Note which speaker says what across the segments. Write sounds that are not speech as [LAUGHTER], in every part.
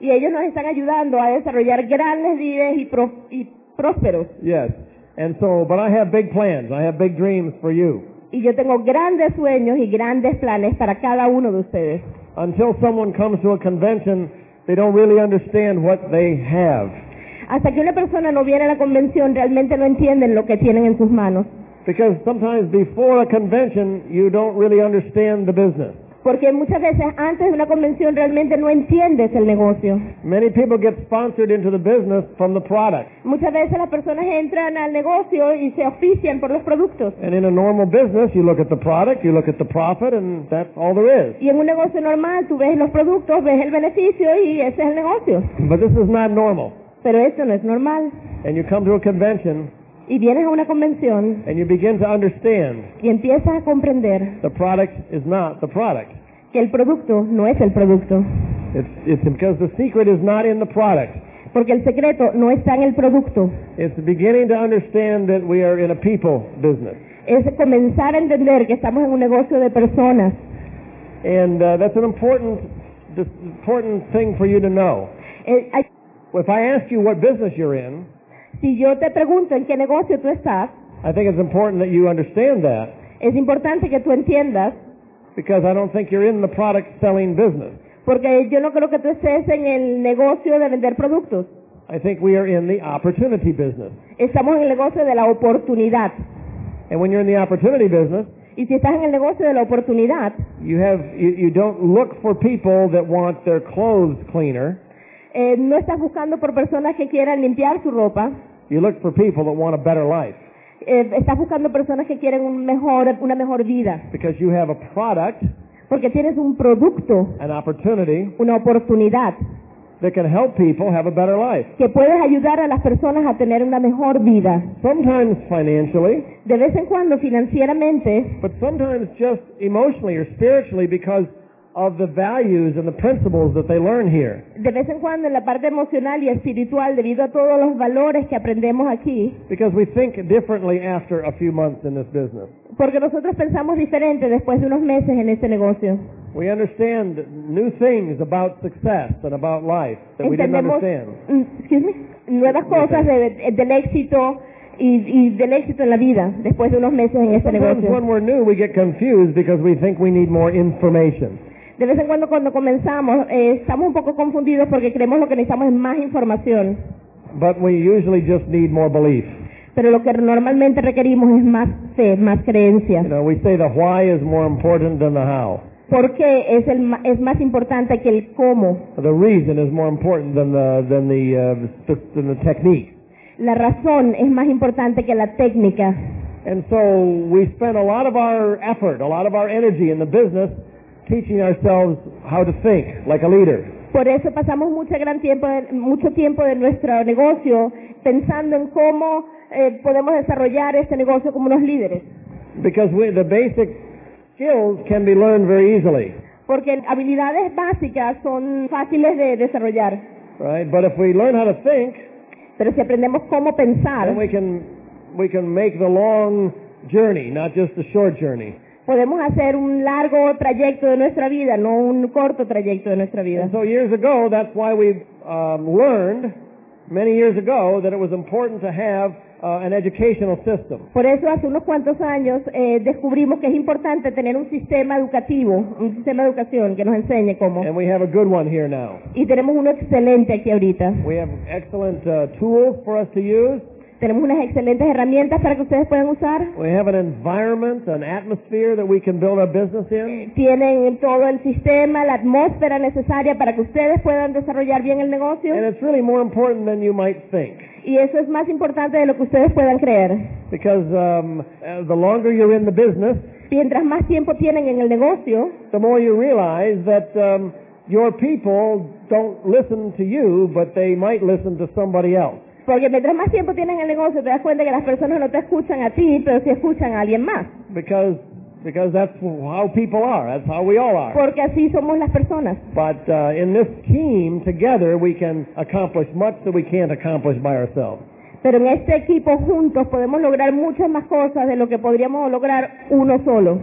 Speaker 1: y ellos nos están ayudando a desarrollar grandes líderes y, pro- y prósperos.
Speaker 2: Yes. And so, but I have big plans. I have big dreams for you.
Speaker 1: Y yo tengo grandes sueños y grandes planes para cada uno de ustedes.
Speaker 2: Until someone comes to a convention, they don't really understand what they have.
Speaker 1: Hasta que una persona no viene a la convención, realmente no entienden lo que tienen en sus manos.
Speaker 2: Because sometimes before a convention, you don't really understand the business.
Speaker 1: Porque muchas veces antes de una convención realmente no entiendes el negocio.
Speaker 2: Many people get sponsored into the business from the product.
Speaker 1: Muchas veces las personas entran al negocio y se ofician por los productos.
Speaker 2: And in a normal business, you look at the product, you look at the profit, and that's all there is.
Speaker 1: Y en un negocio normal tú ves los productos, ves el beneficio y ese es el negocio.
Speaker 2: But this is not normal.
Speaker 1: Pero eso no es normal.
Speaker 2: And you come to a convention
Speaker 1: Y vienes a una convención
Speaker 2: and you begin to understand
Speaker 1: y empiezas a comprender
Speaker 2: the product is not the product.
Speaker 1: que el producto no es el producto.
Speaker 2: It's, it's because the secret is not in the product.
Speaker 1: Porque el secreto no está en el producto.
Speaker 2: It's beginning to understand that we are in a people business.
Speaker 1: Es comenzar a entender que estamos en un negocio de personas.
Speaker 2: And uh, that's an important, dis- important thing for you to know.
Speaker 1: Eh, hay-
Speaker 2: If I ask you what business you're in,
Speaker 1: si yo te pregunto en qué negocio tú estás,
Speaker 2: I think it's important that you understand that
Speaker 1: es importante que tú entiendas
Speaker 2: because I don't think you're in the product selling business.
Speaker 1: Porque yo no creo que tú estés en el negocio de vender productos.
Speaker 2: I think we are in the opportunity business.
Speaker 1: Estamos en el negocio de la oportunidad.
Speaker 2: And when you're in the opportunity business,
Speaker 1: Y si estás en el negocio de la oportunidad,
Speaker 2: you have you, you don't look for people that want their clothes cleaner.
Speaker 1: eh, no estás buscando por personas que quieran limpiar su ropa.
Speaker 2: You look for people that want a better life
Speaker 1: eh, estás buscando personas que quieren un mejor, una mejor vida.
Speaker 2: because you have a product,
Speaker 1: Porque tienes un producto,
Speaker 2: an opportunity
Speaker 1: una oportunidad
Speaker 2: that can help people have a better life.
Speaker 1: que puedes ayudar a las personas a tener una mejor vida.
Speaker 2: Sometimes financially,
Speaker 1: De vez en cuando, financieramente,
Speaker 2: but sometimes just emotionally or spiritually because of the values and the principles that they learn here.
Speaker 1: de vez en cuando en la parte emocional y espiritual, debido a todos los valores que aprendemos aquí,
Speaker 2: Because we think differently after a few months in this business.
Speaker 1: Porque nosotros pensamos diferente después de unos meses en este negocio.
Speaker 2: We understand new things about success and about life that we didn't
Speaker 1: Entendemos
Speaker 2: understand.
Speaker 1: mm, excuse me, nuevas cosas de- del éxito y, y del éxito en la vida después de unos meses en este
Speaker 2: Sometimes
Speaker 1: negocio.
Speaker 2: when we're new, we get confused because we think we need more information.
Speaker 1: De vez en cuando cuando comenzamos eh, estamos un poco confundidos porque creemos lo que necesitamos es más información,
Speaker 2: But we usually just need more belief.
Speaker 1: pero lo que normalmente requerimos es más fe, más creencia.
Speaker 2: You know, we say the why is more important than the how.
Speaker 1: Porque es, el, ma- es más importante que el cómo.
Speaker 2: The reason is more important than the than the uh, the, than the technique.
Speaker 1: La razón es más importante que la técnica.
Speaker 2: And so we spend a lot of our effort, a lot of our energy in the business teaching ourselves how to think like a leader.
Speaker 1: Por eso pasamos mucho gran tiempo, mucho tiempo de nuestro negocio pensando en cómo eh, podemos desarrollar este negocio como unos líderes,
Speaker 2: Because we, the basic skills can be learned very easily,
Speaker 1: porque habilidades básicas son fáciles de desarrollar,
Speaker 2: right? But if we learn how to think,
Speaker 1: pero si aprendemos cómo pensar,
Speaker 2: then we can we can make the long journey, not just the short journey.
Speaker 1: podemos hacer un largo trayecto de nuestra vida, no un corto trayecto de nuestra vida.
Speaker 2: And so years ago, that's why we um, learned many years ago that it was important to have uh, an educational system.
Speaker 1: Por eso hace unos cuantos años eh, descubrimos que es importante tener un sistema educativo, un sistema de educación que nos enseñe cómo.
Speaker 2: And we have a good one here now.
Speaker 1: Y tenemos uno excelente aquí ahorita.
Speaker 2: We have excellent uh, tools for us to use.
Speaker 1: Tenemos unas excelentes herramientas para que ustedes puedan usar.
Speaker 2: We have an environment, an atmosphere that we can build our business in.
Speaker 1: Eh, Tienen todo el sistema, la atmósfera necesaria para que ustedes puedan desarrollar bien el negocio.
Speaker 2: And it's really more important than you might think.
Speaker 1: Y eso es más importante de lo que ustedes puedan creer.
Speaker 2: Because um, uh, the longer you're in the business,
Speaker 1: Mientras más tiempo tienen en el negocio,
Speaker 2: the more you realize that um, your people don't listen to you, but they might listen to somebody else.
Speaker 1: porque mientras más tiempo tienen en el negocio, te das cuenta que las personas no te escuchan a ti, pero sí escuchan a alguien más.
Speaker 2: Because, because that's how people are. That's how we all are.
Speaker 1: Porque así somos las personas.
Speaker 2: But uh, in this team, together, we can accomplish much that we can't accomplish by ourselves.
Speaker 1: Pero en este equipo juntos podemos lograr muchas más cosas de lo que podríamos lograr uno solo.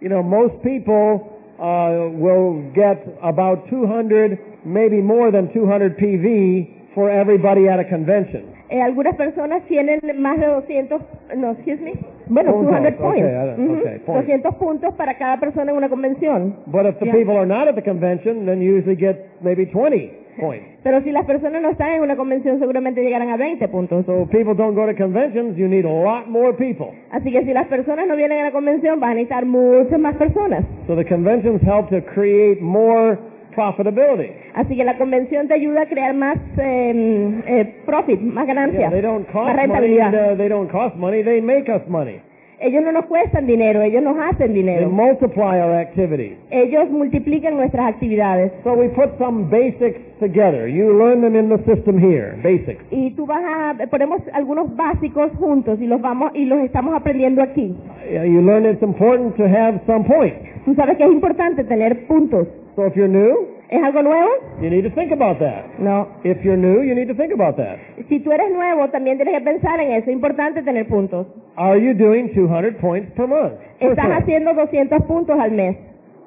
Speaker 2: You know, most people uh, will get about 200 maybe more than 200 PV for everybody at a convention.
Speaker 1: Eh, algunas personas tienen más de 200, no, excuse me, bueno,
Speaker 2: Puntos,
Speaker 1: 200
Speaker 2: okay,
Speaker 1: points,
Speaker 2: I don't-
Speaker 1: Ujú,
Speaker 2: okay, points.
Speaker 1: 200 puntos para cada persona en una convención.
Speaker 2: But if the
Speaker 1: Yeah.
Speaker 2: people are not at the convention, then you usually get maybe 20 points.
Speaker 1: Pero si las personas no están en una convención, seguramente llegarán a 20 puntos.
Speaker 2: So if people don't go to conventions, you need a lot more people.
Speaker 1: Así que si las personas no vienen a la convención, van a necesitar muchas más personas.
Speaker 2: So the conventions help to create more profitability.
Speaker 1: Así que la convención te ayuda a crear más eh, eh, profit, más
Speaker 2: Yeah,
Speaker 1: ganancias,
Speaker 2: they don't
Speaker 1: más
Speaker 2: cost money.
Speaker 1: rentabilidad.
Speaker 2: uh, They don't cost money. They make us money.
Speaker 1: Ellos no nos cuestan dinero, ellos nos hacen
Speaker 2: They
Speaker 1: dinero.
Speaker 2: multiply our activities.
Speaker 1: Ellos multiplican nuestras actividades.
Speaker 2: So we put some basics together. You learn them in the system here, basics.
Speaker 1: Y tú vas a, ponemos algunos básicos juntos y los vamos y los estamos aprendiendo aquí.
Speaker 2: Uh, You learn it's important to have some points.
Speaker 1: Tú sabes que es importante tener puntos.
Speaker 2: So if you're new,
Speaker 1: ¿Es algo nuevo?
Speaker 2: you need to think about that.
Speaker 1: No.
Speaker 2: If you're new, you need to think about that.
Speaker 1: Si tú eres nuevo, también tienes que pensar en eso. Es importante tener puntos.
Speaker 2: Are you doing 200 points per month? First
Speaker 1: Estás
Speaker 2: one.
Speaker 1: haciendo 200 puntos al mes.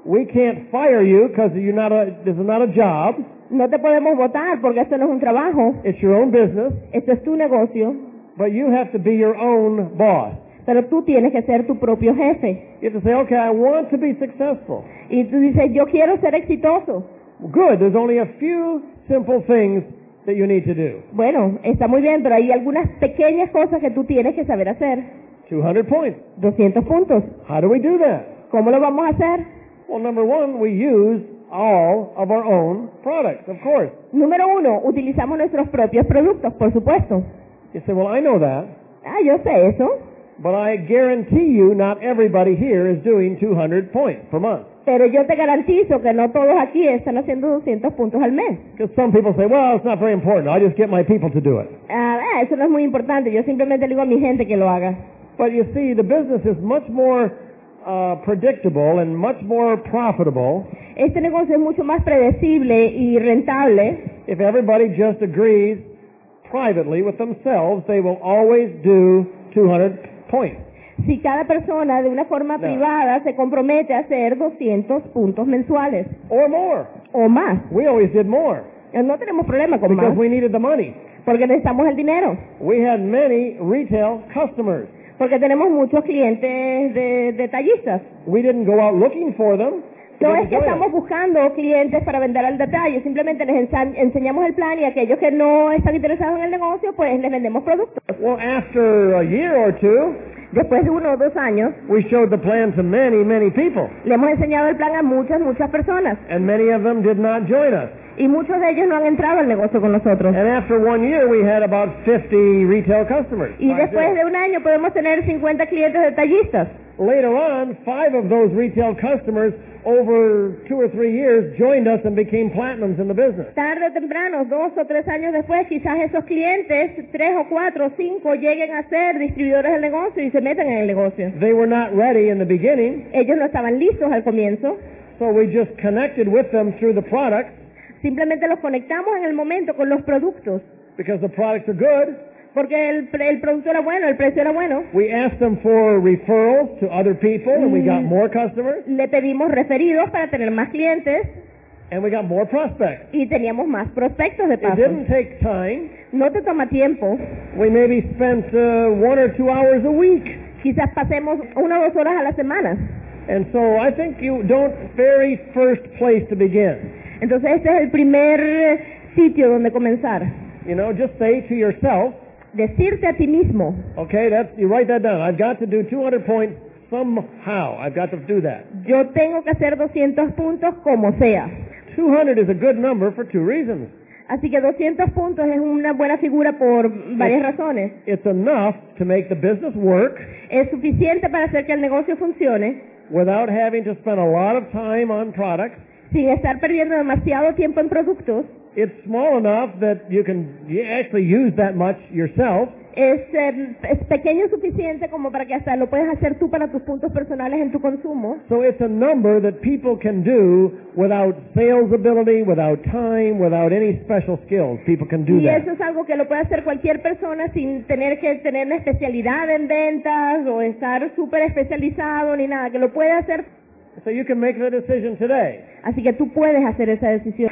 Speaker 2: We can't fire you because you're not a, this is not a job.
Speaker 1: No te podemos votar porque esto no es un trabajo.
Speaker 2: It's your own business,
Speaker 1: Esto es tu negocio.
Speaker 2: but you have to be your own boss.
Speaker 1: Pero tú tienes que ser tu propio jefe.
Speaker 2: You have to say, okay, I want to be successful.
Speaker 1: Y tú dices, yo quiero ser exitoso.
Speaker 2: Good. There's only a few simple things that you need to do.
Speaker 1: Bueno, está muy bien, pero hay algunas pequeñas cosas que tú tienes que saber hacer.
Speaker 2: 200 points.
Speaker 1: 200 puntos.
Speaker 2: How do we do that?
Speaker 1: ¿Cómo lo vamos a hacer?
Speaker 2: Well, number one, we use all of our own products, of course.
Speaker 1: Número uno, utilizamos nuestros propios productos, por supuesto.
Speaker 2: You say, well, I know that,
Speaker 1: Ah, yo sé eso.
Speaker 2: but I guarantee you not everybody here is doing 200 points per month.
Speaker 1: Pero yo te garantizo que no todos aquí están haciendo 200 puntos al mes.
Speaker 2: Because some people say, well, it's not very important. I just get my people to do it.
Speaker 1: Ah, ah, eso no es muy importante. Yo simplemente le digo a mi gente que lo haga.
Speaker 2: But you see, the business is much more uh, predictable and much more profitable
Speaker 1: Este negocio es mucho más predecible y rentable
Speaker 2: if everybody just agrees privately with themselves they will always do 200 points.
Speaker 1: si cada persona de una forma
Speaker 2: No.
Speaker 1: privada se compromete a hacer 200 puntos mensuales
Speaker 2: Or more.
Speaker 1: o más. eh,
Speaker 2: We always did more
Speaker 1: No tenemos problema con
Speaker 2: because
Speaker 1: más
Speaker 2: we needed the money.
Speaker 1: porque necesitamos el dinero.
Speaker 2: We had many retail customers.
Speaker 1: Porque tenemos muchos clientes de detallistas.
Speaker 2: We didn't go out looking for them. We
Speaker 1: No
Speaker 2: didn't
Speaker 1: es que
Speaker 2: join
Speaker 1: estamos
Speaker 2: them.
Speaker 1: buscando clientes para vender al detalle, simplemente les ensa- enseñamos el plan y aquellos que no están interesados en el negocio, pues les vendemos productos.
Speaker 2: Well, after a year or two,
Speaker 1: Después de uno o dos años,
Speaker 2: we showed the plan to many, many people,
Speaker 1: le hemos enseñado el plan a muchas, muchas personas
Speaker 2: and many of them did not join us.
Speaker 1: y muchos de ellos no han entrado al negocio con nosotros.
Speaker 2: And after one year, we had about 50 retail customers.
Speaker 1: Y
Speaker 2: Five
Speaker 1: después
Speaker 2: zero.
Speaker 1: de un año podemos tener 50 clientes detallistas.
Speaker 2: Later on, five of those retail customers over two or three years joined us and became platinums in the business.
Speaker 1: Tarde o temprano, dos o tres años después, quizás esos clientes, tres o cuatro o cinco, lleguen a ser distribuidores del negocio y se metan en el negocio.
Speaker 2: They were not ready in the beginning,
Speaker 1: Ellos no estaban listos al comienzo.
Speaker 2: so we just connected with them through the products
Speaker 1: Simplemente los conectamos en el momento con los productos,
Speaker 2: because the products are good.
Speaker 1: porque el, pre- el producto era bueno, el precio era bueno.
Speaker 2: We asked them for referrals to other people, and we got more customers
Speaker 1: Le pedimos referidos para tener más clientes
Speaker 2: and we got more prospects.
Speaker 1: y teníamos más prospectos de
Speaker 2: It
Speaker 1: paso.
Speaker 2: didn't take time.
Speaker 1: No te toma tiempo.
Speaker 2: We maybe spent uh, one or two hours a week
Speaker 1: Quizás pasemos una o dos horas a la semana.
Speaker 2: And so I think you don't very first place to begin.
Speaker 1: Entonces este es el primer eh, sitio donde comenzar.
Speaker 2: You know, just say to yourself,
Speaker 1: Decirte a ti mismo,
Speaker 2: okay, that's you write that down. I've got to do 200 points somehow. I've got to do that.
Speaker 1: yo tengo que hacer 200 puntos como sea.
Speaker 2: 200 is a good number for two reasons.
Speaker 1: Así que 200 puntos es una buena figura por varias razones.
Speaker 2: It's enough to make the business work
Speaker 1: Es suficiente para hacer que el negocio funcione
Speaker 2: without having to spend a lot of time on products.
Speaker 1: sin estar perdiendo demasiado tiempo en productos.
Speaker 2: It's small enough that you can you actually use that much yourself.
Speaker 1: Es, eh, es pequeño suficiente como para que hasta lo puedes hacer tú para tus puntos personales en tu consumo.
Speaker 2: So it's a number that people can do without sales ability, without time, without any special skills. People can do
Speaker 1: Y
Speaker 2: that.
Speaker 1: eso es algo que lo puede hacer cualquier persona sin tener que tener una especialidad en ventas o estar súper especializado ni nada, que lo puede hacer.
Speaker 2: So you can make the decision today.
Speaker 1: Así que tú puedes hacer esa decisión.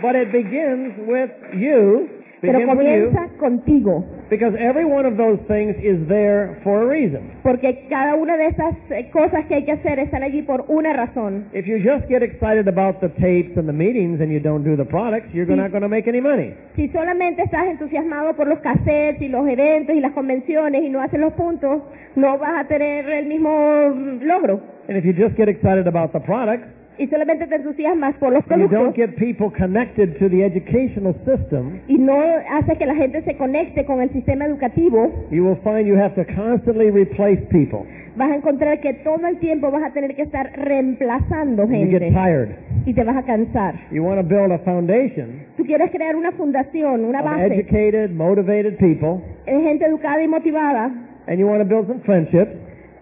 Speaker 2: But it begins with you,
Speaker 1: Pero
Speaker 2: begins with you,
Speaker 1: comienza contigo,
Speaker 2: because every one of those things is there for a reason.
Speaker 1: porque cada una de esas eh, cosas que hay que hacer están allí por una razón.
Speaker 2: If you just get excited about the tapes and the meetings and you don't do the products, you're not going to make any money.
Speaker 1: Si solamente estás entusiasmado por los cassettes y los eventos y las convenciones y no haces los puntos, no vas a tener el mismo mm, logro.
Speaker 2: And if you just get excited about the products
Speaker 1: Y solamente te entusiasmas por los
Speaker 2: and you don't
Speaker 1: productos
Speaker 2: get people connected to the educational system,
Speaker 1: y no haces que la gente se conecte con el sistema educativo,
Speaker 2: you will find you have to constantly replace people.
Speaker 1: vas a encontrar que todo el tiempo vas a tener que estar reemplazando
Speaker 2: You get
Speaker 1: gente
Speaker 2: tired.
Speaker 1: y te vas a cansar.
Speaker 2: You want to build a foundation
Speaker 1: Tú quieres crear una fundación, una
Speaker 2: of
Speaker 1: base,
Speaker 2: educated, motivated people,
Speaker 1: de gente educada y motivada,
Speaker 2: and you want to build some friendships.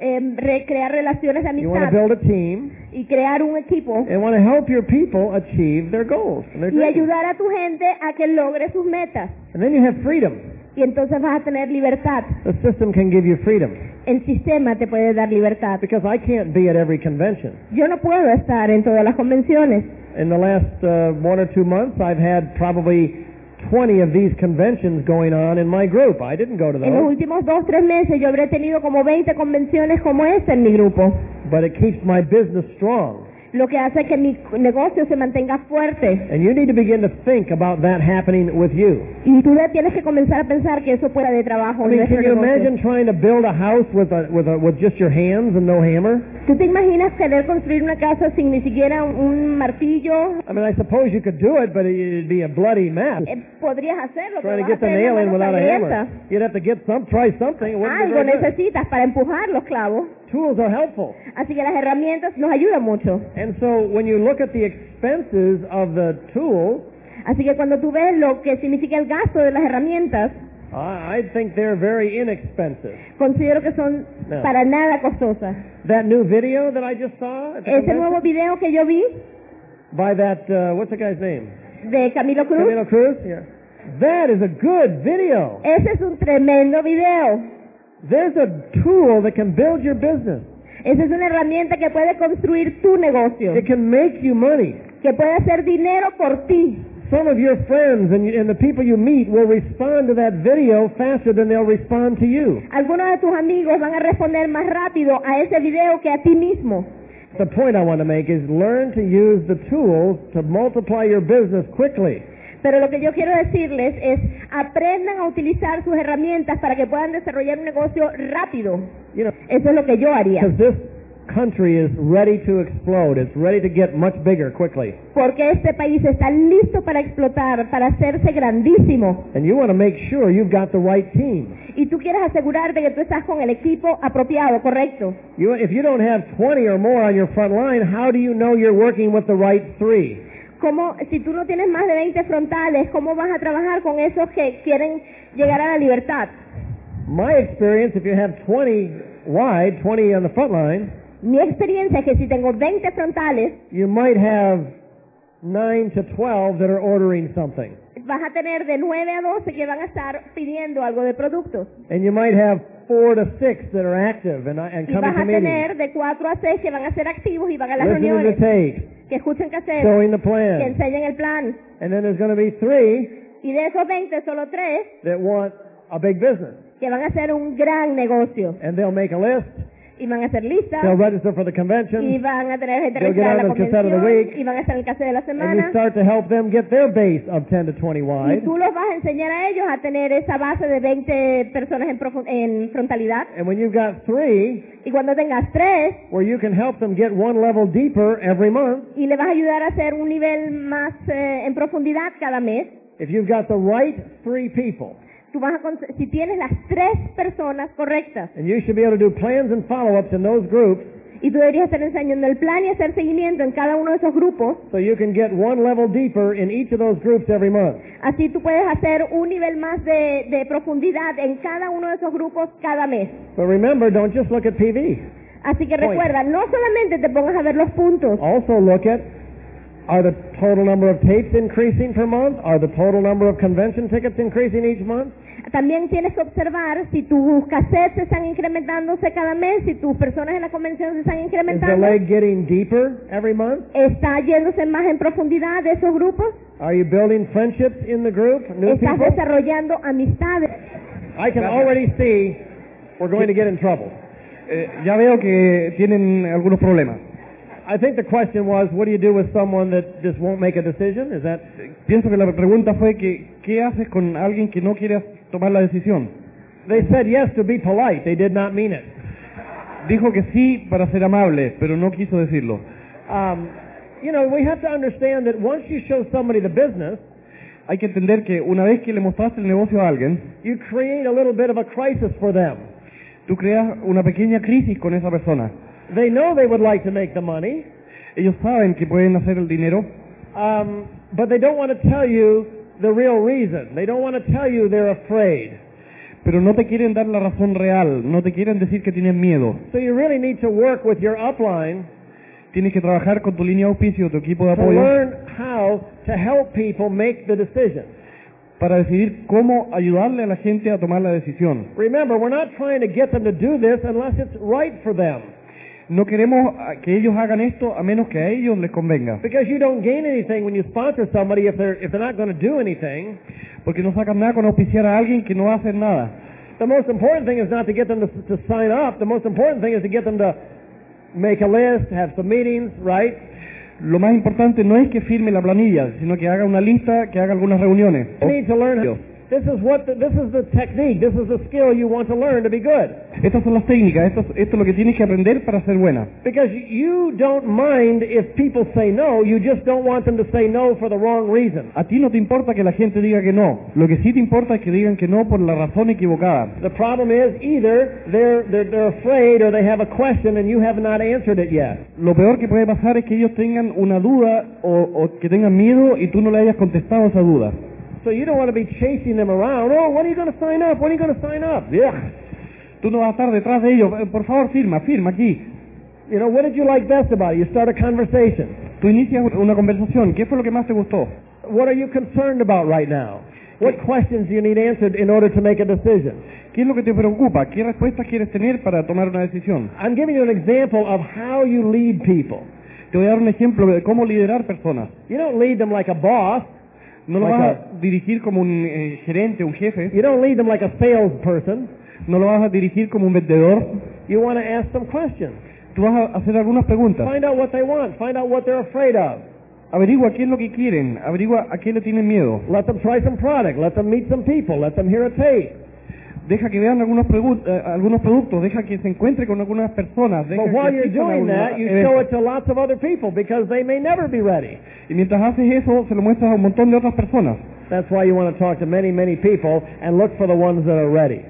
Speaker 1: em, re- crear relaciones de
Speaker 2: You want to
Speaker 1: amistad
Speaker 2: build Eh, a team
Speaker 1: y crear un equipo
Speaker 2: and want to help your people achieve their goals and their
Speaker 1: y
Speaker 2: dreams.
Speaker 1: ayudar a tu gente a que logre sus metas.
Speaker 2: And then you have freedom.
Speaker 1: Y entonces vas a tener libertad.
Speaker 2: The system can give you freedom
Speaker 1: El sistema te puede dar libertad.
Speaker 2: because I can't be at every convention.
Speaker 1: Yo no puedo estar en todas las convenciones.
Speaker 2: In the last uh, one or two months, I've had probably 20 of these conventions going on in my group. I didn't go to
Speaker 1: En los
Speaker 2: those,
Speaker 1: últimos dos, tres meses yo habré tenido como 20 convenciones como esta en mi grupo.
Speaker 2: but it keeps my business strong.
Speaker 1: Lo que hace que mi negocio se mantenga fuerte.
Speaker 2: And you need to begin to think about that happening with you.
Speaker 1: Y tú ya tienes que comenzar a pensar que eso pueda de trabajo.
Speaker 2: Oh, I mean,
Speaker 1: nuestro
Speaker 2: can you
Speaker 1: negocio.
Speaker 2: imagine trying to build a house with a, with a, with just your hands and no hammer?
Speaker 1: ¿Tú te imaginas querer construir una casa sin ni siquiera un- un
Speaker 2: [LAUGHS]
Speaker 1: martillo?
Speaker 2: I mean, I suppose you could do it, but it'd be a bloody mess.
Speaker 1: Eh, podrías hacerlo, pero
Speaker 2: Trying
Speaker 1: vas
Speaker 2: to
Speaker 1: a
Speaker 2: get the
Speaker 1: hacer
Speaker 2: nail
Speaker 1: una
Speaker 2: in
Speaker 1: mano
Speaker 2: without a
Speaker 1: sangrienta.
Speaker 2: hammer. You'd have to get some, try something. It wouldn't be
Speaker 1: Algo
Speaker 2: very good.
Speaker 1: necesitas para empujar los clavos.
Speaker 2: Tools are helpful.
Speaker 1: Así que las herramientas nos ayudan mucho.
Speaker 2: And so when you look at the expenses of the tools,
Speaker 1: Así que cuando tú ves lo que significa el gasto de las herramientas,
Speaker 2: I, I think they're very inexpensive.
Speaker 1: considero que son
Speaker 2: No.
Speaker 1: para nada costosas.
Speaker 2: That new video that I just saw at
Speaker 1: Ese
Speaker 2: the convention
Speaker 1: nuevo video que yo vi
Speaker 2: by that, uh, what's the guy's name?
Speaker 1: de Camilo Cruz,
Speaker 2: Camilo Cruz? Yeah. That is a good video.
Speaker 1: ese es un tremendo video.
Speaker 2: There's a tool that can build your business.
Speaker 1: Esa es una herramienta que puede construir tu negocio,
Speaker 2: It can make you money.
Speaker 1: que puede hacer dinero por ti.
Speaker 2: Some of your friends and, and the people you meet will respond to that video faster than they'll respond to you.
Speaker 1: Algunos de tus amigos van a responder más rápido a ese video que a ti mismo.
Speaker 2: The point I want to make is learn to use the tools to multiply your business quickly.
Speaker 1: Pero lo que yo quiero decirles es, aprendan a utilizar sus herramientas para que puedan desarrollar un negocio rápido.
Speaker 2: You know,
Speaker 1: Eso es lo que yo haría.
Speaker 2: because this country is ready to explode. It's ready to get much bigger quickly.
Speaker 1: Porque este país está listo para explotar, para hacerse grandísimo.
Speaker 2: And you want to make sure you've got the right team.
Speaker 1: Y tú quieres asegurarte que tú estás con el equipo apropiado, correcto.
Speaker 2: You, if you don't have 20 or more on your front line, how do you know you're working with the right three?
Speaker 1: ¿Cómo, si tú no tienes más de 20 frontales, ¿cómo vas a trabajar con esos que quieren llegar a la libertad?
Speaker 2: My experience, if you have 20 wide, 20 on the front line,
Speaker 1: Mi experiencia es que si tengo 20 frontales,
Speaker 2: you might have 9 to 12 that are ordering something.
Speaker 1: vas a tener de 9 a 12 que van a estar pidiendo algo de productos.
Speaker 2: And you might have 4 to 6 that are active and, uh, and
Speaker 1: Y
Speaker 2: coming
Speaker 1: vas
Speaker 2: to
Speaker 1: a
Speaker 2: meetings,
Speaker 1: tener de 4 a 6 que van a ser activos y van a las
Speaker 2: listening to
Speaker 1: reuniones,
Speaker 2: tape,
Speaker 1: que escuchen hacer,
Speaker 2: showing the
Speaker 1: que
Speaker 2: plan.
Speaker 1: enseñen el plan.
Speaker 2: And then there's going to be 3
Speaker 1: Y de esos 20, solo 3
Speaker 2: that want a big business.
Speaker 1: que van a hacer un gran negocio.
Speaker 2: And they'll make a list,
Speaker 1: Y van a ser
Speaker 2: they'll
Speaker 1: listas,
Speaker 2: register for the
Speaker 1: y
Speaker 2: convention,
Speaker 1: van a tener gente
Speaker 2: They'll get
Speaker 1: registrada en
Speaker 2: out
Speaker 1: la
Speaker 2: of the cassette of the
Speaker 1: convención,
Speaker 2: week.
Speaker 1: y van a estar en el caso de la
Speaker 2: and you
Speaker 1: semana.
Speaker 2: start to help them get their base of 10 to 20
Speaker 1: Y
Speaker 2: wide.
Speaker 1: tú los vas a enseñar a ellos a tener esa base de 20 personas en, profu- en frontalidad.
Speaker 2: And when you've got 3
Speaker 1: Y cuando tengas 3,
Speaker 2: where you can help them get one level deeper every month,
Speaker 1: y le vas a ayudar a hacer un nivel más eh, en profundidad cada mes.
Speaker 2: If you've got the right three people,
Speaker 1: Tú vas a cons- si tienes las tres personas correctas
Speaker 2: and you should be able to do plans and follow-ups in those groups
Speaker 1: y tú deberías estar enseñando el plan y hacer seguimiento en cada uno de esos grupos,
Speaker 2: so you can get one level deeper in each of those groups every month.
Speaker 1: así tú puedes hacer un nivel más de, de profundidad en cada uno de esos grupos cada mes.
Speaker 2: But remember, don't just look at TV.
Speaker 1: Así que
Speaker 2: Point.
Speaker 1: recuerda, no solamente te pongas a ver los puntos,
Speaker 2: Also look at Are the total number of tapes increasing per month? Are the total number of convention tickets increasing each month?
Speaker 1: También tienes que observar si tus cassettes se están incrementándose cada mes, si tus personas en la convención se están
Speaker 2: Is the
Speaker 1: incrementando.
Speaker 2: leg getting deeper every month?
Speaker 1: ¿Está yéndose más en profundidad de esos grupos?
Speaker 2: Are you building friendships in the group? New
Speaker 1: ¿Estás
Speaker 2: people?
Speaker 1: desarrollando amistades?
Speaker 2: I can already see we're going to get in trouble.
Speaker 3: Eh, ya veo que tienen algunos problemas.
Speaker 2: I think the question was, what do you do with someone that just won't make a decision? Is that
Speaker 3: Eh, Pienso que la pregunta fue que, ¿qué haces con alguien que no quiere tomar la decisión?
Speaker 2: they said yes to be polite. They did not mean it.
Speaker 3: Dijo que sí para ser amable, pero no quiso decirlo.
Speaker 2: Um, you know, we have to understand that once you show somebody the business,
Speaker 3: Hay que entender que una vez que le mostraste el negocio a alguien,
Speaker 2: you create a little bit of a crisis for them.
Speaker 3: tú creas una pequeña crisis con esa persona.
Speaker 2: They know they would like to make the money,
Speaker 3: Ellos saben que pueden hacer el dinero,
Speaker 2: um, but they don't want to tell you the real reason. They don't want to tell you they're afraid.
Speaker 3: pero no te quieren dar la razón real, no te quieren decir que tienen miedo.
Speaker 2: So you really need to work with your upline
Speaker 3: Tienes que trabajar con tu línea de auspicio, tu equipo de
Speaker 2: to
Speaker 3: apoyo,
Speaker 2: learn how to help people make the decision.
Speaker 3: para decidir cómo ayudarle a la gente a tomar la decisión.
Speaker 2: Remember, we're not trying to get them to do this unless it's right for them.
Speaker 3: No queremos ah, que ellos hagan esto a menos que a ellos les convenga,
Speaker 2: Because you don't gain anything when you sponsor somebody if they're if they're not going to do anything.
Speaker 3: porque no sacan nada con auspiciar a alguien que no va a hacer nada.
Speaker 2: The most important thing is not to get them to, to sign up. The most important thing is to get them to make a list, have some meetings, right?
Speaker 3: Lo más importante no es que firme la planilla, sino que haga una lista, que haga algunas reuniones.
Speaker 2: You need to learn. How, this is what the, this is the technique. This is the skill you want to learn to be good.
Speaker 3: Estas son las técnicas, esto, es- esto es lo que tienes que aprender para ser buena.
Speaker 2: Because you don't mind if people say no. You just don't want them to say no for the wrong reason.
Speaker 3: A ti no te importa que la gente diga que no, lo que sí te importa es que digan que no por la razón equivocada.
Speaker 2: The problem is either they're, they're, they're afraid or they have a question and you have not answered it yet.
Speaker 3: Lo peor que puede pasar es que ellos tengan una duda o, o que tengan miedo y tú no le hayas contestado esa duda.
Speaker 2: So you don't want to be chasing them around. Oh, when are you going to sign up? When are you going to sign up? Yeah.
Speaker 3: Tú no vas a estar detrás de ellos, "Eh, por favor firma, firma aquí.
Speaker 2: You know, what did you like best about it? You start a conversation.
Speaker 3: Tú inicias una conversación, ¿qué fue lo que más te gustó?
Speaker 2: What are you concerned about right now? What questions do you need answered in order to make a decision?
Speaker 3: ¿Qué es lo que te preocupa? ¿Qué respuestas quieres tener para tomar una decisión?
Speaker 2: I'm giving you an example of how you lead people.
Speaker 3: Te voy a dar un ejemplo de cómo liderar personas.
Speaker 2: You don't lead them like a boss.
Speaker 3: No lo
Speaker 2: Like
Speaker 3: vas
Speaker 2: a-
Speaker 3: a dirigir como un eh, gerente, un jefe.
Speaker 2: You don't lead them like a salesperson.
Speaker 3: No lo vas a dirigir como un vendedor.
Speaker 2: You want to ask them questions.
Speaker 3: Tú vas a hacer algunas preguntas.
Speaker 2: Find out what they want. Find out what they're afraid of.
Speaker 3: Averigua qué es lo que quieren. Averigua a qué le tienen miedo.
Speaker 2: Let them try some product. Let them meet some people. Let them hear a tape.
Speaker 3: Deja que vean algunos, pregu- eh, algunos productos. Deja que se encuentre con algunas personas. Deja
Speaker 2: But while
Speaker 3: que
Speaker 2: you're
Speaker 3: asistan a
Speaker 2: doing
Speaker 3: algunos
Speaker 2: that, you
Speaker 3: eventos.
Speaker 2: show it to lots of other people because they may never be ready.
Speaker 3: Y mientras haces eso, se lo muestras a un montón de otras personas.
Speaker 2: That's why you want to talk to many, many people and look for the ones that are ready.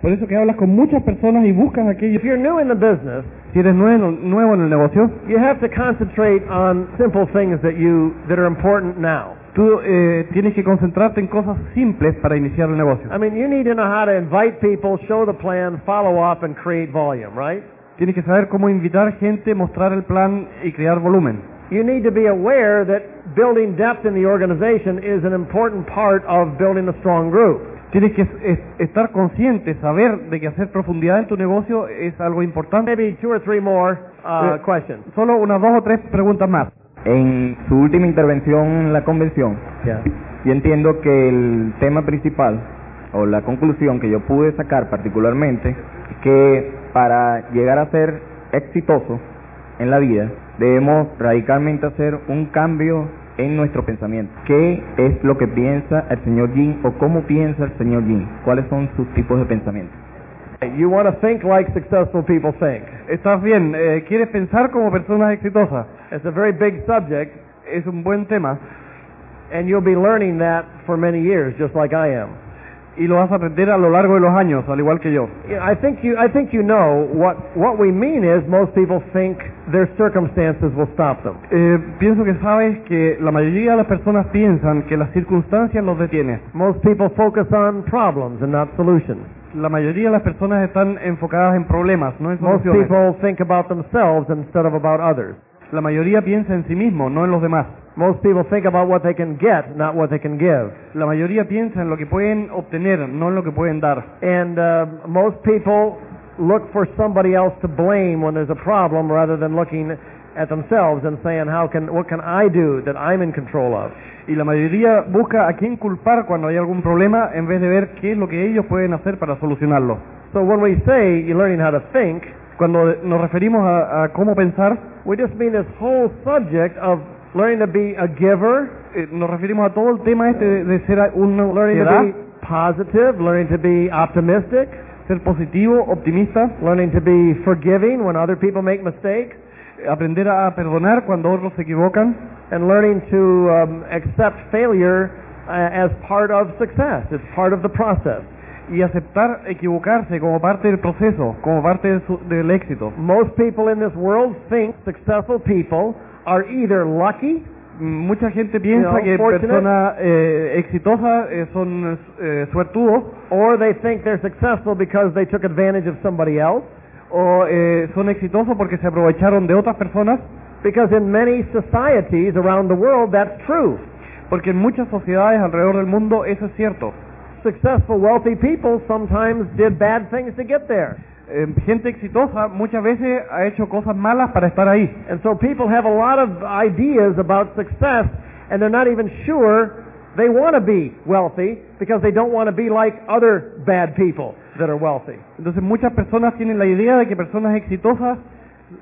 Speaker 3: Por eso que hablas con muchas personas y buscas aquellos.
Speaker 2: If you're new in the business,
Speaker 3: Si eres nuevo, nuevo en el negocio,
Speaker 2: you have to concentrate on simple things that you that are important now.
Speaker 3: tú eh, tienes que concentrarte en cosas simples para iniciar el negocio.
Speaker 2: I mean, you need to know how to invite people, show the plan, follow up, and create volume, right?
Speaker 3: Tienes que saber cómo invitar gente, mostrar el plan y crear volumen.
Speaker 2: You need to be aware that building depth in the organization is an important part of building a strong group.
Speaker 3: Tienes que es- estar consciente, saber de que hacer profundidad en tu negocio es algo importante.
Speaker 2: Maybe two or three more uh,
Speaker 3: Yeah.
Speaker 2: questions.
Speaker 3: Solo unas dos o tres preguntas más.
Speaker 4: En su última intervención en la convención, yo entiendo que el tema principal o la conclusión que yo pude sacar particularmente es que para llegar a ser exitoso en la vida debemos radicalmente hacer un cambio en nuestro pensamiento. ¿Qué es lo que piensa el señor Jin o cómo piensa el señor Jin? ¿Cuáles son sus tipos de pensamiento?
Speaker 2: You want to think like successful people think.
Speaker 3: Estás bien, eh, quieres pensar como personas exitosas.
Speaker 2: It's a very big subject.
Speaker 3: Es un buen tema
Speaker 2: And you'll be learning that for many years, just like I am.
Speaker 3: y lo vas a aprender a lo largo de los años, al igual que yo.
Speaker 2: Yeah, I think you, I think you know what, what we mean is most people think their circumstances will stop them.
Speaker 3: Eh, pienso que sabes que la mayoría de las personas piensan que las circunstancias los detienen.
Speaker 2: Most people focus on problems and not solutions.
Speaker 3: La mayoría de las personas están enfocadas en problemas, no en
Speaker 2: Most
Speaker 3: soluciones.
Speaker 2: people think about themselves instead of about others.
Speaker 3: La mayoría piensa en sí mismo, no en los demás.
Speaker 2: Most people think about what they can get, not what they can give.
Speaker 3: La mayoría piensa en lo que pueden obtener, no en lo que pueden dar.
Speaker 2: And uh, most people look for somebody else to blame when there's a problem rather than looking at themselves and saying, how can, what can I do that I'm in control of?
Speaker 3: Y la mayoría busca a quién culpar cuando hay algún problema en vez de ver qué es lo que ellos pueden hacer para solucionarlo.
Speaker 2: So when we say you're learning how to think,
Speaker 3: Cuando nos referimos a, a cómo pensar,
Speaker 2: we just mean this whole subject of learning to be a giver,
Speaker 3: eh, nos referimos a todo el tema este de, de ser uno,
Speaker 2: learning to
Speaker 3: ¿verdad?
Speaker 2: be positive, learning to be optimistic,
Speaker 3: ser positivo, optimista,
Speaker 2: learning to be forgiving when other people make mistakes,
Speaker 3: aprender a perdonar cuando otros se equivocan
Speaker 2: and learning to um, accept failure uh, as part of success. It's part of the process.
Speaker 3: y aceptar equivocarse como parte del proceso, como parte de su- del éxito.
Speaker 2: Most people in this world think successful people are either lucky
Speaker 3: Mucha gente piensa
Speaker 2: Yeah,
Speaker 3: que
Speaker 2: fortunate.
Speaker 3: personas eh, exitosas eh, son eh, suertudos
Speaker 2: or they think they're successful because they took advantage of somebody else.
Speaker 3: o eh, son exitosos porque se aprovecharon de otras personas,
Speaker 2: Because in many societies around the world, that's true.
Speaker 3: porque en muchas sociedades alrededor del mundo eso es cierto.
Speaker 2: Successful, wealthy people sometimes did bad things to get there.
Speaker 3: Eh, gente exitosa muchas veces ha hecho cosas malas para estar ahí.
Speaker 2: And so people have a lot of ideas about success, and they're not even sure they want to be wealthy because they don't want to be like other bad people that are wealthy.
Speaker 3: Entonces muchas personas tienen la idea de que personas exitosas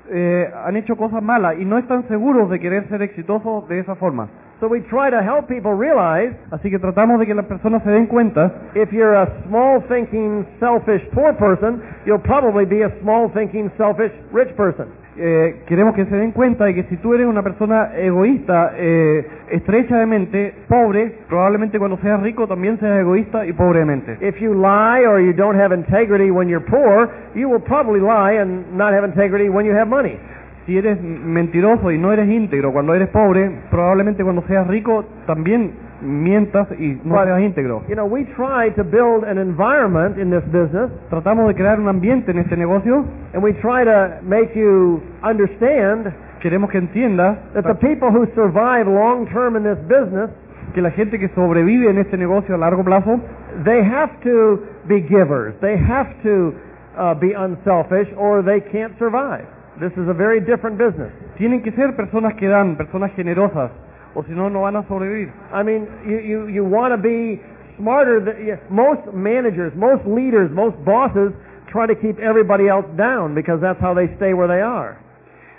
Speaker 3: eh, han hecho cosas malas y no están seguros de querer ser exitosos de esa forma.
Speaker 2: So we try to help people realize
Speaker 3: Así que tratamos de que las personas se den cuenta
Speaker 2: if you're a small thinking, selfish, poor person, you'll probably be a small thinking, selfish, rich person.
Speaker 3: eh, queremos que se den cuenta de que si tú eres una persona egoísta, eh, estrecha de mente, pobre, probablemente cuando seas rico también seas egoísta y pobre de mente.
Speaker 2: If you lie or you don't have integrity when you're poor, you will probably lie and not have integrity when you have money.
Speaker 3: Si eres mentiroso y no eres íntegro cuando eres pobre, probablemente cuando seas rico también mientas y no
Speaker 2: But,
Speaker 3: seas íntegro.
Speaker 2: You know, we try to build an environment in this business,
Speaker 3: Tratamos de crear un ambiente en este negocio,
Speaker 2: and we try to make you understand
Speaker 3: queremos que entiendas
Speaker 2: that the people who survive long term in this business,
Speaker 3: que la gente que sobrevive en este negocio a largo plazo
Speaker 2: they have to be givers. They have to uh, be unselfish, or they can't survive. This is a very different business.
Speaker 3: tienen que ser personas que dan, personas generosas, o si no, no van a sobrevivir.
Speaker 2: I mean, you, you, you want to be smarter. Than, yeah, most managers, most leaders, most bosses try to keep everybody else down because that's how they stay where they are.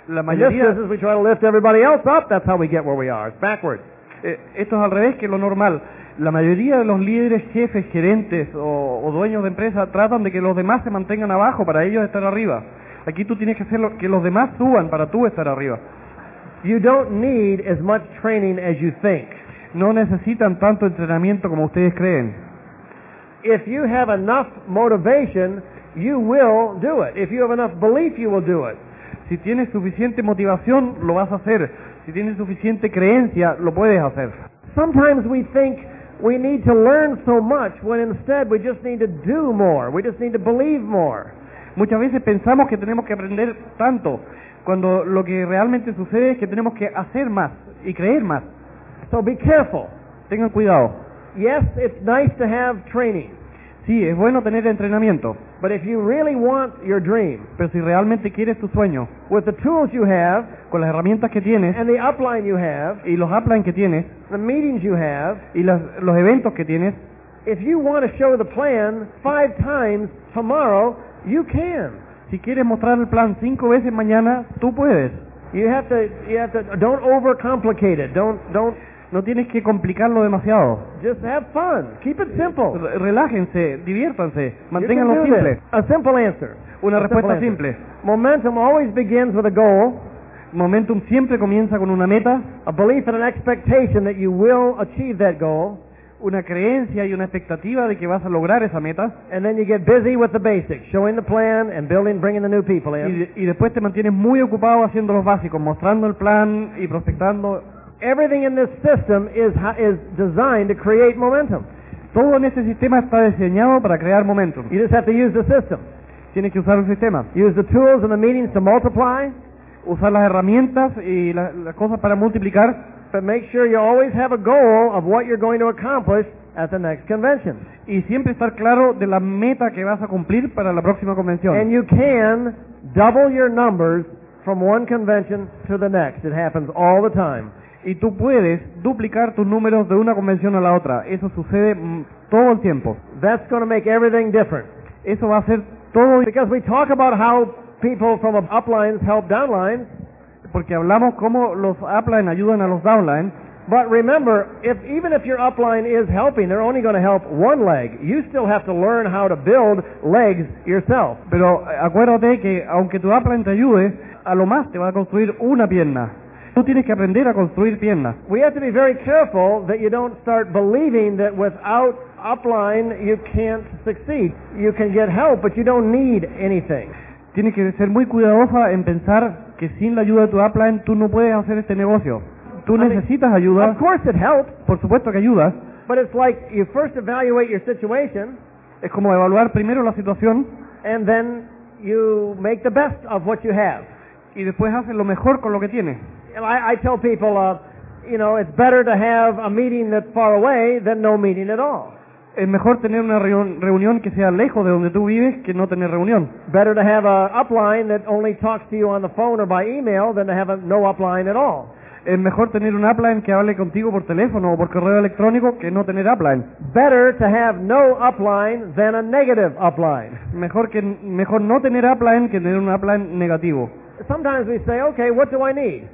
Speaker 3: La
Speaker 2: In this
Speaker 3: mayoría,
Speaker 2: business, we try to lift everybody else up. That's how we get where we are. It's backwards.
Speaker 3: eh, esto es al revés que lo normal. La mayoría de los líderes, jefes, gerentes o, o dueños de empresa tratan de que los demás se mantengan abajo para ellos estar arriba. Aquí tú tienes que hacer lo- que los demás suban para tú estar arriba.
Speaker 2: You don't need as much training as you think.
Speaker 3: No necesitan tanto entrenamiento como ustedes creen.
Speaker 2: If you have enough motivation, you will do it. If you have enough belief, you will do it.
Speaker 3: Si tienes suficiente motivación, lo vas a hacer. Si tienes suficiente creencia, lo puedes hacer.
Speaker 2: Sometimes we think we need to learn so much when instead we just need to do more. We just need to believe more.
Speaker 3: Muchas veces pensamos que tenemos que aprender tanto, cuando lo que realmente sucede es que tenemos que hacer más y creer más.
Speaker 2: So be careful.
Speaker 3: Tengan cuidado.
Speaker 2: Yes, it's nice to have training,
Speaker 3: Sí, es bueno tener entrenamiento,
Speaker 2: but if you really want your dream,
Speaker 3: pero si realmente quieres tu sueño,
Speaker 2: with the tools you have
Speaker 3: con las herramientas que tienes
Speaker 2: and the upline you have,
Speaker 3: y los uplines que tienes
Speaker 2: the meetings you have,
Speaker 3: y las- los eventos que tienes,
Speaker 2: if you want to show the plan five times tomorrow, you can.
Speaker 3: si quieres mostrar el plan cinco veces mañana, tú puedes.
Speaker 2: You have to. You have to. Don't overcomplicate it. Don't. Don't.
Speaker 3: No tienes que complicarlo demasiado.
Speaker 2: Just have fun. Keep it simple.
Speaker 3: Re- Relájense, diviértanse,
Speaker 2: You can
Speaker 3: manténganlo
Speaker 2: do
Speaker 3: simple.
Speaker 2: this. A simple answer.
Speaker 3: Una
Speaker 2: A simple
Speaker 3: respuesta
Speaker 2: answer.
Speaker 3: simple.
Speaker 2: Momentum always begins with a goal,
Speaker 3: Momentum siempre comienza con una meta,
Speaker 2: a belief and an expectation that you will achieve that goal,
Speaker 3: una creencia y una expectativa de que vas a lograr esa meta
Speaker 2: and then you get busy with the basics, showing the plan and building, bringing the new people
Speaker 3: y,
Speaker 2: in.
Speaker 3: de- y después te mantienes muy ocupado haciendo los básicos, mostrando el plan y prospectando.
Speaker 2: Everything in this system is ho- is designed to create momentum.
Speaker 3: Todo en este sistema está diseñado para crear momentum.
Speaker 2: You just have to use the system.
Speaker 3: Tienes que usar el sistema,
Speaker 2: Use the tools and the meetings to multiply,
Speaker 3: usar las herramientas y la- las cosas para multiplicar
Speaker 2: but make sure you always have a goal of what you're going to accomplish at the next convention.
Speaker 3: Y siempre estar claro de la meta que vas a cumplir para la próxima convención.
Speaker 2: And you can double your numbers from one convention to the next. It happens all the time.
Speaker 3: Y tú puedes duplicar tus números de una convención a la otra. Eso sucede mm, todo el tiempo.
Speaker 2: That's going to make everything different.
Speaker 3: Eso va a ser todo
Speaker 2: Because we talk about how people from uplines help downlines,
Speaker 3: porque hablamos cómo los upline ayudan a los downline.
Speaker 2: but remember, if even if your upline is helping, they're only going to help one leg. You still have to learn how to build legs yourself.
Speaker 3: Pero eh, acuérdate que aunque tu upline te ayude, a lo más te va a construir una pierna. Tú tienes que aprender a construir piernas.
Speaker 2: We have to be very careful that you don't start believing that without upline you can't succeed. You can get help, but you don't need anything.
Speaker 3: Tienes que ser muy cuidadosa en pensar que sin la ayuda de tu upline tú no puedes hacer este negocio. Tú
Speaker 2: Ale-
Speaker 3: necesitas
Speaker 2: Of
Speaker 3: ayuda,
Speaker 2: course it helps,
Speaker 3: por supuesto que ayudas.
Speaker 2: but it's like you first evaluate your situation
Speaker 3: Es como evaluar primero la situación
Speaker 2: and then you make the best of what you have.
Speaker 3: y después haces lo mejor con lo que tienes.
Speaker 2: And I, I tell people, uh, you know, it's better to have a meeting that's far away than no meeting at all.
Speaker 3: Es mejor tener una reun- reunión que sea lejos de donde tú vives que no tener reunión.
Speaker 2: Better to have a upline that only talks to you on the phone or by email than to have a, no upline at all.
Speaker 3: Es mejor tener un upline que hable contigo por teléfono o por correo electrónico que no tener upline.
Speaker 2: Better to have no upline than a negative upline.
Speaker 3: Mejor que mejor no tener upline que tener un upline negativo.
Speaker 2: Sometimes we say, okay, what do I need?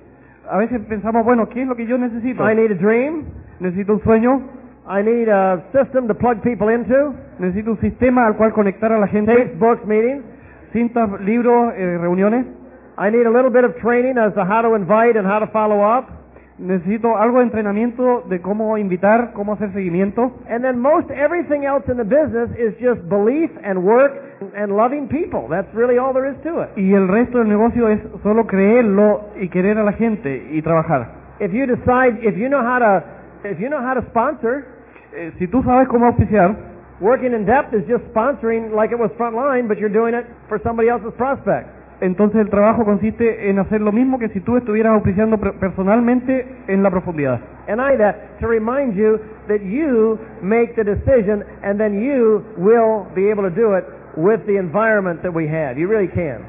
Speaker 3: A veces pensamos, bueno, ¿qué es lo que yo necesito?
Speaker 2: I need a dream.
Speaker 3: Necesito un sueño,
Speaker 2: I need a system to plug people into.
Speaker 3: necesito un sistema al cual conectar a la gente,
Speaker 2: Tapes, books, meetings.
Speaker 3: cintas, libros, eh, reuniones.
Speaker 2: I need a little bit of training as to how to invite and how to follow up.
Speaker 3: Necesito algo de entrenamiento de cómo invitar, cómo hacer seguimiento.
Speaker 2: And then most everything else in the business is just belief and work and loving people. That's really all there is to it.
Speaker 3: Y el resto del negocio es solo creerlo y querer a la gente y trabajar.
Speaker 2: If you decide, if you know how to, if you know how to sponsor,
Speaker 3: Eh, si tú sabes cómo auspiciar,
Speaker 2: working in depth is just sponsoring like it was front line, but you're doing it for somebody else's prospect.
Speaker 3: entonces el trabajo consiste en hacer lo mismo que si tú estuvieras auspiciando per- personalmente en la profundidad.
Speaker 2: And I that to remind you that you make the decision and then you will be able to do it with the environment that we have. You really can.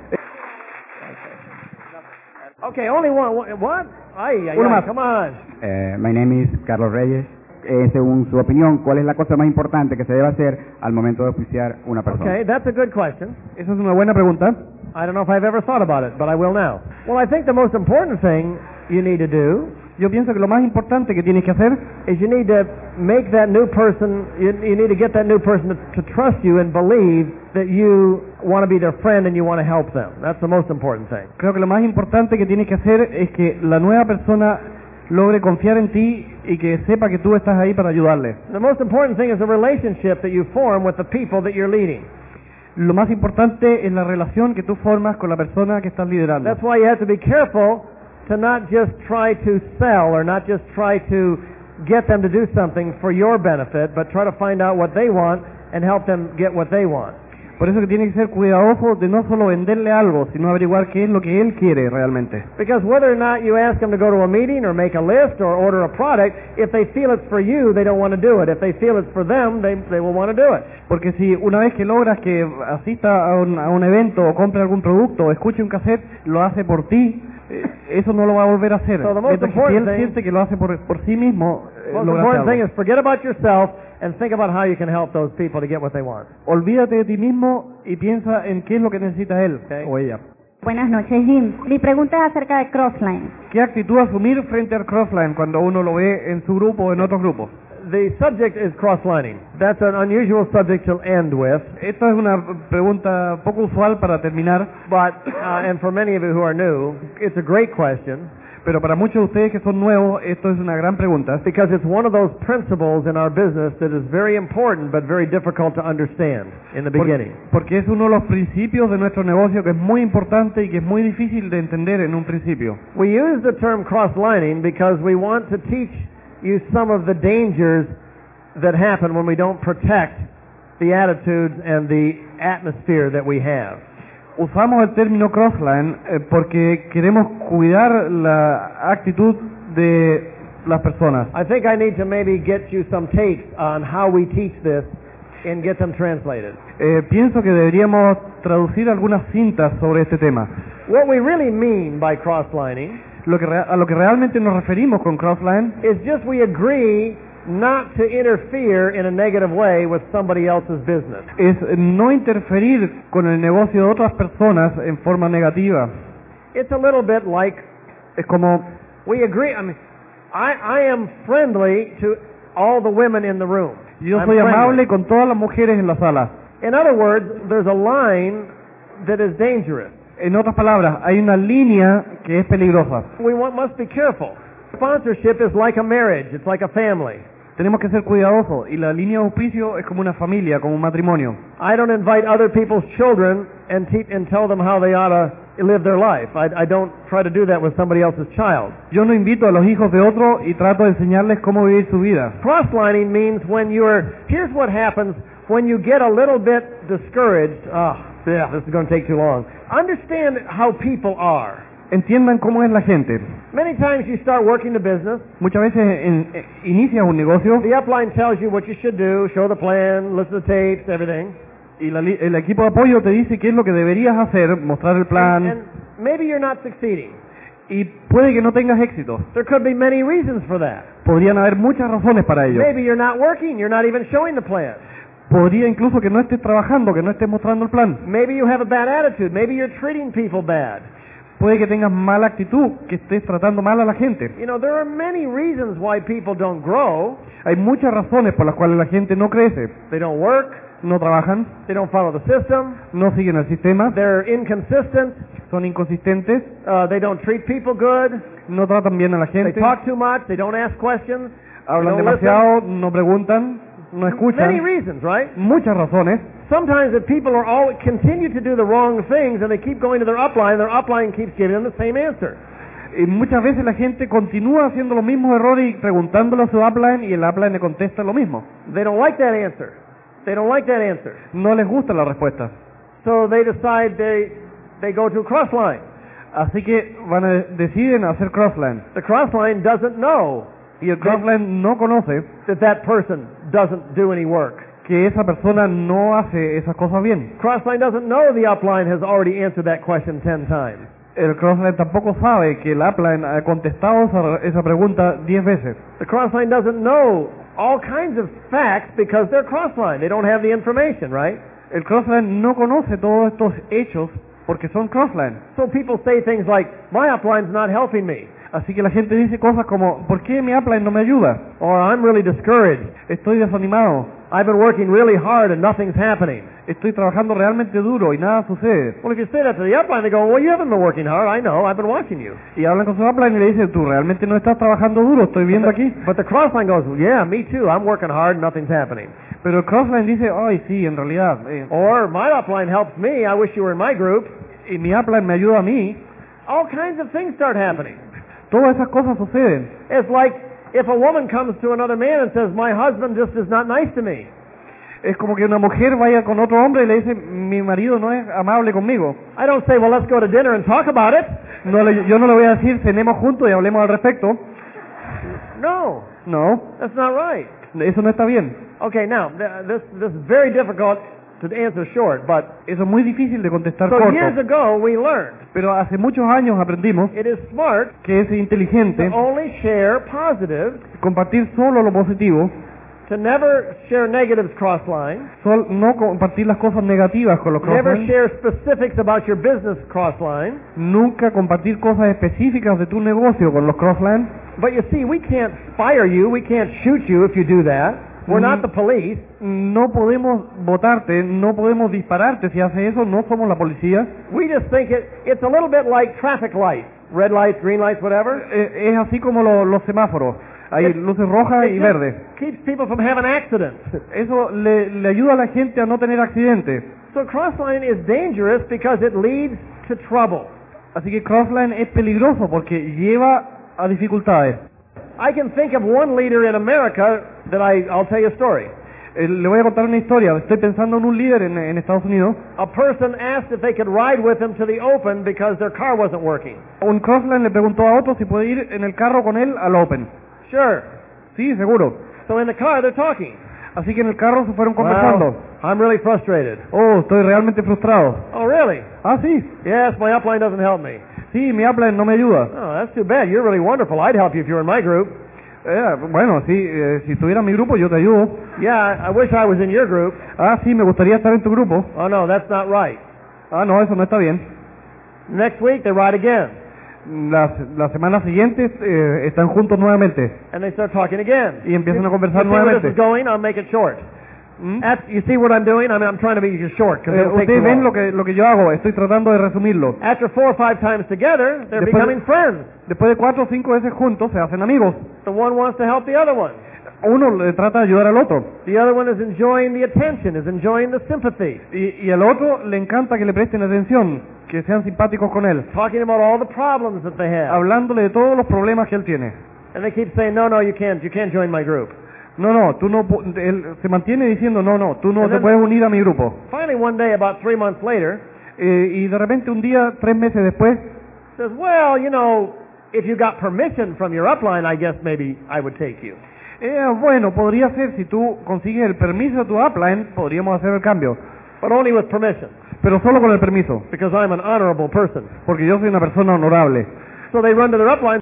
Speaker 2: Okay, only one. What? Ay, ay,
Speaker 3: Uno
Speaker 2: ay,
Speaker 3: más.
Speaker 2: come on.
Speaker 5: Eh, my name is Carlos Reyes. Eh, según su opinión, ¿cuál es la cosa más importante que se debe hacer al momento de oficiar una persona?
Speaker 2: Okay, that's a good question.
Speaker 3: Esa es una buena pregunta.
Speaker 2: I don't know if I've ever thought about it, but I will now. Well, I think the most important thing you need to do
Speaker 3: Yo pienso que lo más importante que tienes que hacer
Speaker 2: is you need to make that new person, you, you need to get that new person to, to trust you and believe that you want to be their friend and you want to help them. That's the most important thing.
Speaker 3: Creo que lo más importante que tienes que hacer es que la nueva persona logre confiar en ti y que sepa que tú estás ahí para ayudarle.
Speaker 2: The most important thing is the relationship that you form with the people that you're leading.
Speaker 3: Lo más importante es la relación que tú formas con la persona que estás liderando.
Speaker 2: That's why you have to be careful to not just try to sell or not just try to get them to do something for your benefit, but try to find out what they want and help them get what they want.
Speaker 3: Por eso que tienes que ser cuidadoso de no solo venderle algo, sino averiguar qué es lo que él quiere realmente.
Speaker 2: Because whether or not you ask them to go to a meeting or make a list or order a product, if they feel it's for you, they don't want to do it. If they feel it's for them, they, they will want to do it.
Speaker 3: Porque si una vez que logras que asista a un, a un evento o compre algún producto o escuche un cassette, lo hace por ti, eh, eso no lo va a volver a hacer.
Speaker 2: So the most
Speaker 3: Mientras que si
Speaker 2: important
Speaker 3: él
Speaker 2: thing-
Speaker 3: siente que lo hace por, por sí mismo, eh,
Speaker 2: Most
Speaker 3: logra
Speaker 2: important thing
Speaker 3: hacerlo.
Speaker 2: is forget about yourself and think about how you can help those people to get what they want.
Speaker 3: Olvídate de ti mismo y piensa en qué es lo que necesita él
Speaker 2: Ok.
Speaker 3: o ella.
Speaker 6: Buenas noches, Jim. Mi pregunta es acerca de Crossline.
Speaker 3: ¿Qué actitud asumir frente al crossline cuando uno lo ve en su grupo o en otros grupos?
Speaker 2: The subject is cross-lining. That's an unusual subject to end with,
Speaker 3: Esta es una pregunta poco usual para terminar,
Speaker 2: but uh, and for many of you who are new, it's a great question
Speaker 3: pero para muchos de ustedes que son nuevos, esto es una gran pregunta,
Speaker 2: because it's one of those principles in our business that is very important but very difficult to understand in the
Speaker 3: por-
Speaker 2: beginning.
Speaker 3: porque es uno de los principios de nuestro negocio que es muy importante y que es muy difícil de entender en un principio.
Speaker 2: We use the term cross-lining because we want to teach you some of the dangers that happen when we don't protect the attitudes and the atmosphere that we have.
Speaker 3: Usamos el término crossline eh, porque queremos cuidar la actitud de las personas.
Speaker 2: I think I need to maybe get you some takes on how we teach this and get them translated.
Speaker 3: Eh, pienso que deberíamos traducir algunas cintas sobre este tema.
Speaker 2: What we really mean by cross-lining
Speaker 3: Lo que rea- a lo que realmente nos referimos con Crossline
Speaker 2: is just we agree not to interfere in a negative way with somebody else's business.
Speaker 3: es no interferir con el negocio de otras personas en forma negativa.
Speaker 2: It's a little bit like
Speaker 3: Es como,
Speaker 2: we agree. I mean, I, I am friendly to all the women in the room.
Speaker 3: yo
Speaker 2: I'm
Speaker 3: soy amable
Speaker 2: friendly.
Speaker 3: con todas las mujeres en la sala.
Speaker 2: In other words, there's a line that is dangerous.
Speaker 3: En otras palabras, hay una línea que es peligrosa.
Speaker 2: We want, must be careful. Sponsorship is like a marriage. It's like a family.
Speaker 3: Tenemos que ser cuidadosos y la línea de auspicio es como una familia, como un matrimonio.
Speaker 2: I don't invite other people's children and, te- and tell them how they ought to live their life. I, I don't try to do that with somebody else's child.
Speaker 3: Yo no invito a los hijos de otro y trato de enseñarles cómo vivir su vida.
Speaker 2: Crosslining means when you're, here's what happens when you get a little bit discouraged. Ah, yeah, this is going to take too long. Understand how people are.
Speaker 3: Entiendan cómo es la gente.
Speaker 2: Many times you start working the business,
Speaker 3: Muchas veces en- eh, inicias un negocio
Speaker 2: the upline tells you what you should do, show the plan, listen to tapes, everything.
Speaker 3: y la li- el equipo de apoyo te dice qué es lo que deberías hacer, mostrar el
Speaker 2: And, and
Speaker 3: plan
Speaker 2: maybe you're not succeeding.
Speaker 3: y puede que no tengas éxito.
Speaker 2: There could be many reasons for that.
Speaker 3: Podrían haber muchas razones para ello.
Speaker 2: Maybe you're not working, you're not even showing the plan.
Speaker 3: Podría incluso que no estés trabajando, que no estés mostrando el plan.
Speaker 2: Maybe you have a bad attitude. Maybe you're treating people bad.
Speaker 3: Puede que tengas mala actitud, que estés tratando mal a la gente.
Speaker 2: You know, there are many reasons why people don't grow.
Speaker 3: Hay muchas razones por las cuales la gente no crece.
Speaker 2: They don't work.
Speaker 3: No trabajan,
Speaker 2: They don't follow the system.
Speaker 3: no siguen el sistema,
Speaker 2: They're inconsistent.
Speaker 3: son inconsistentes,
Speaker 2: Uh, they don't treat people good.
Speaker 3: no tratan bien a la
Speaker 2: They
Speaker 3: gente,
Speaker 2: talk too much. They don't ask questions.
Speaker 3: hablan
Speaker 2: no
Speaker 3: demasiado, no preguntan, no
Speaker 2: Many
Speaker 3: escuchan.
Speaker 2: reasons, right?
Speaker 3: Muchas razones.
Speaker 2: Sometimes if people are all continue to do the wrong things and they keep going to their upline, their upline keeps giving them the same answer.
Speaker 3: Y muchas veces la gente continúa haciendo los mismos errores y preguntándole a su upline y el upline le contesta lo mismo.
Speaker 2: They don't like that answer. They don't like that answer.
Speaker 3: No les gusta la respuesta.
Speaker 2: So they decide they they go to a cross line.
Speaker 3: Así que van a, deciden hacer crossline.
Speaker 2: The cross line doesn't know
Speaker 3: Y el crossline no conoce
Speaker 2: that that person doesn't do any work.
Speaker 3: que esa persona no hace esas cosas bien.
Speaker 2: Crossline doesn't know the upline has already answered that question ten times.
Speaker 3: El crossline tampoco sabe que el upline ha contestado esa, esa pregunta 10 veces.
Speaker 2: The crossline doesn't know all kinds of facts because they're crossline. They don't have the information, right?
Speaker 3: El crossline no conoce todos estos hechos porque son crossline.
Speaker 2: So people say things like, "My upline's not helping me,"
Speaker 3: Así que la gente dice cosas como, ¿por qué mi upline no me ayuda?
Speaker 2: or "I'm really discouraged.
Speaker 3: Estoy desanimado,
Speaker 2: I've been working really hard and nothing's happening."
Speaker 3: estoy trabajando realmente duro y nada sucede.
Speaker 2: Well, if you say that to the upline, they go, "Well, you haven't been working hard. I know. I've been watching you."
Speaker 3: Y hablan con su upline y le dicen, tú realmente no estás trabajando duro, estoy viendo aquí.
Speaker 2: But the crossline goes, "Well, "Yeah, me too. I'm working hard and nothing's happening."
Speaker 3: Pero el crossline dice, ay sí, en realidad. eh,
Speaker 2: Or my upline helps me. I wish you were in my group.
Speaker 3: y mi upline me ayuda a mí.
Speaker 2: All kinds of things start happening.
Speaker 3: Todas esas cosas suceden.
Speaker 2: It's like if a woman comes to another man and says, "My husband just is not nice to me."
Speaker 3: Es como que una mujer vaya con otro hombre y le dice, mi marido no es amable conmigo.
Speaker 2: I don't say, "Well, let's go to dinner and talk about it."
Speaker 3: No le- yo no le voy a decir, cenemos juntos y hablemos al respecto.
Speaker 2: No,
Speaker 3: No,
Speaker 2: that's not right.
Speaker 3: eso no está bien.
Speaker 2: Okay, now th- this this is very difficult to answer short, but
Speaker 3: Eso es muy difícil de contestar
Speaker 2: so years
Speaker 3: corto.
Speaker 2: ago we learned
Speaker 3: Pero hace muchos años aprendimos
Speaker 2: it is smart
Speaker 3: que es
Speaker 2: to
Speaker 3: inteligente
Speaker 2: only share positives,
Speaker 3: compartir solo lo positivo,
Speaker 2: to never share negatives cross line,
Speaker 3: sol- no compartir las cosas negativas con los
Speaker 2: never
Speaker 3: crossline,
Speaker 2: share specifics about your business cross line.
Speaker 3: nunca compartir cosas específicas de tu negocio con los crossline.
Speaker 2: But you see, we can't fire you, we can't shoot you if you do that. We're not
Speaker 3: Mm.
Speaker 2: the police.
Speaker 3: No podemos votarte, no podemos dispararte si haces eso, no somos la policía.
Speaker 2: We just think it, it's a little bit like traffic lights, red lights, green lights, whatever.
Speaker 3: Eh, es así como lo- los semáforos. Hay
Speaker 2: Es-
Speaker 3: luces rojas y
Speaker 2: It
Speaker 3: verdes.
Speaker 2: just keeps people from having accidents.
Speaker 3: Eso le, le ayuda a la gente a no tener accidentes.
Speaker 2: so crossline is dangerous because it leads to trouble.
Speaker 3: Así que Crossline es peligroso porque lleva a dificultades.
Speaker 2: I can think of one leader in America that I, I'll tell you a story.
Speaker 3: Eh, le voy a contar una historia. Estoy pensando en un líder en, en Estados Unidos.
Speaker 2: A person asked if they could ride with him to the open because their car wasn't working.
Speaker 3: Un Crossline le preguntó a otro si puede ir en el carro con él al Open.
Speaker 2: Sure.
Speaker 3: Sí, seguro.
Speaker 2: So in the car, they're talking.
Speaker 3: Así que en el carro se fueron conversando.
Speaker 2: Well, I'm really frustrated.
Speaker 3: Oh, estoy realmente frustrado.
Speaker 2: Oh, really?
Speaker 3: Ah, sí.
Speaker 2: Yes, my upline doesn't help me.
Speaker 3: Sí, mi habla no me ayuda.
Speaker 2: Oh, that's too bad. You're really wonderful. I'd help you if you were in my group.
Speaker 3: Eh, bueno, sí, eh, si tuviera mi grupo yo te ayudo.
Speaker 2: Yeah, I wish I was in your group.
Speaker 3: Ah, sí, me gustaría estar en tu grupo.
Speaker 2: Oh, no, that's not right.
Speaker 3: Ah, no, eso no está bien.
Speaker 2: Next week, they ride again.
Speaker 3: Las, las semanas siguientes eh, están juntos nuevamente
Speaker 2: And they start talking again.
Speaker 3: y empiezan a
Speaker 2: You
Speaker 3: conversar
Speaker 2: see where this
Speaker 3: nuevamente. Eh,
Speaker 2: is going? I'll make it short.
Speaker 3: ¿Mm?
Speaker 2: That's, you see what I'm doing? I mean, I'm trying to make it short because
Speaker 3: Eh,
Speaker 2: it'll take
Speaker 3: Ustedes
Speaker 2: too
Speaker 3: ven lo
Speaker 2: long.
Speaker 3: que, lo que yo hago, estoy tratando de resumirlo.
Speaker 2: After four or five times together, they're
Speaker 3: Después-
Speaker 2: becoming friends.
Speaker 3: Después de cuatro o cinco veces juntos se hacen amigos.
Speaker 2: The one wants to help the other one.
Speaker 3: Uno le trata de ayudar al otro
Speaker 2: The other one is enjoying the attention, is enjoying the sympathy,
Speaker 3: y, y al otro le encanta que le presten atención, que sean simpáticos con él,
Speaker 2: talking about all the problems that they have.
Speaker 3: hablándole de todos los problemas que él tiene.
Speaker 2: And they keep saying, no, no, you can't, you can't join my group.
Speaker 3: No, no, tú no, pu- él se mantiene diciendo, no, no, tú
Speaker 2: Pero
Speaker 3: no te
Speaker 2: no-
Speaker 3: puedes unir a mi grupo.
Speaker 2: Finally, one day, about three months later,
Speaker 3: Eh, y de repente un día, tres meses después,
Speaker 2: says, well, you know, if you got permission from your upline, I guess maybe I would take you.
Speaker 3: eh, bueno, podría ser, si tú consigues el permiso de tu upline, podríamos hacer el cambio.
Speaker 2: But only with permission,
Speaker 3: Pero solo con el permiso,
Speaker 2: because I'm an honorable person.
Speaker 3: porque yo soy una persona honorable.
Speaker 2: So they run to their upline.